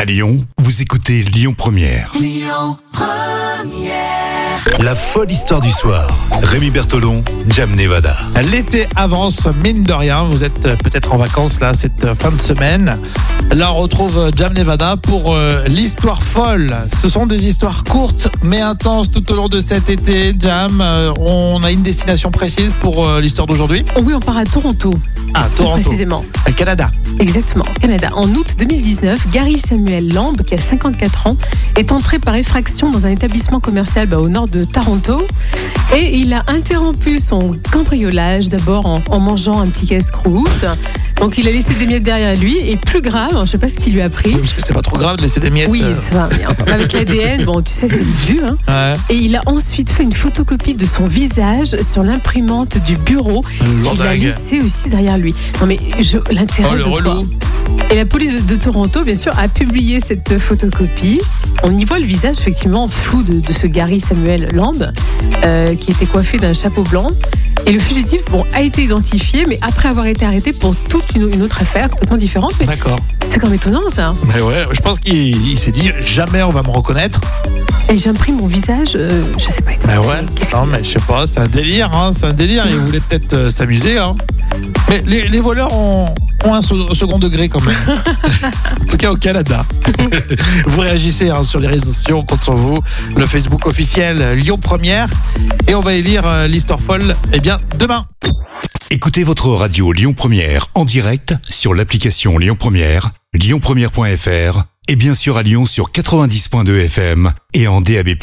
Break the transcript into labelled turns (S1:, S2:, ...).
S1: À Lyon, vous écoutez Lyon Première. Lyon Première. La folle histoire du soir. Rémi Bertolon, Jam Nevada.
S2: L'été avance, mine de rien. Vous êtes euh, peut-être en vacances là cette euh, fin de semaine. Là, on retrouve euh, Jam Nevada pour euh, l'histoire folle. Ce sont des histoires courtes mais intenses tout au long de cet été. Jam, euh, on a une destination précise pour euh, l'histoire d'aujourd'hui
S3: Oui, on part à Toronto, plus
S2: Ah, Toronto,
S3: précisément.
S2: le Canada.
S3: Exactement, au Canada. En août 2019, Gary Samuel Lamb, qui a 54 ans, est entré par effraction dans un établissement commercial bah, au nord de Toronto. Et il a interrompu son cambriolage d'abord en, en mangeant un petit casse-croûte. Donc il a laissé des miettes derrière lui. Et plus grave, je ne sais pas ce qu'il lui a pris.
S2: Oui, parce que c'est pas trop grave de laisser des miettes.
S3: Oui,
S2: euh,
S3: ça va. mais Avec l'ADN, bon, tu sais, c'est vu. Hein.
S2: ouais.
S3: Et il a ensuite fait une photocopie de son visage sur l'imprimante du bureau qu'il a
S2: Lourdingue.
S3: laissé aussi derrière lui. Non mais je l'intérêt
S2: Oh, le
S3: de quoi
S2: relou.
S3: Et la police de- de Toronto, bien sûr, a publié cette photocopie. On y voit le visage effectivement flou de, de ce Gary Samuel Lamb, euh, qui était coiffé d'un chapeau blanc. Et le fugitif, bon, a été identifié, mais après avoir été arrêté pour toute une, une autre affaire complètement différente. Mais
S2: D'accord.
S3: c'est quand même étonnant ça.
S2: Mais ouais, je pense qu'il il s'est dit jamais on va me reconnaître.
S3: Et j'imprime mon visage, euh, je sais pas.
S2: Bah
S3: écoute,
S2: ouais,
S3: qu'est-ce qu'il y a
S2: non mais je sais pas, c'est un délire, hein, c'est un délire, ils voulaient peut-être euh, s'amuser. Hein. Mais les, les voleurs ont, ont un so- second degré quand même. en tout cas au Canada. vous réagissez hein, sur les réseaux sociaux, on compte sur vous, le Facebook officiel euh, Lyon Première. Et on va aller lire euh, l'histoire folle eh bien demain.
S1: Écoutez votre radio Lyon Première en direct sur l'application Lyon Première, lyonpremière.fr et bien sûr à Lyon sur 90.2 FM et en DAB+.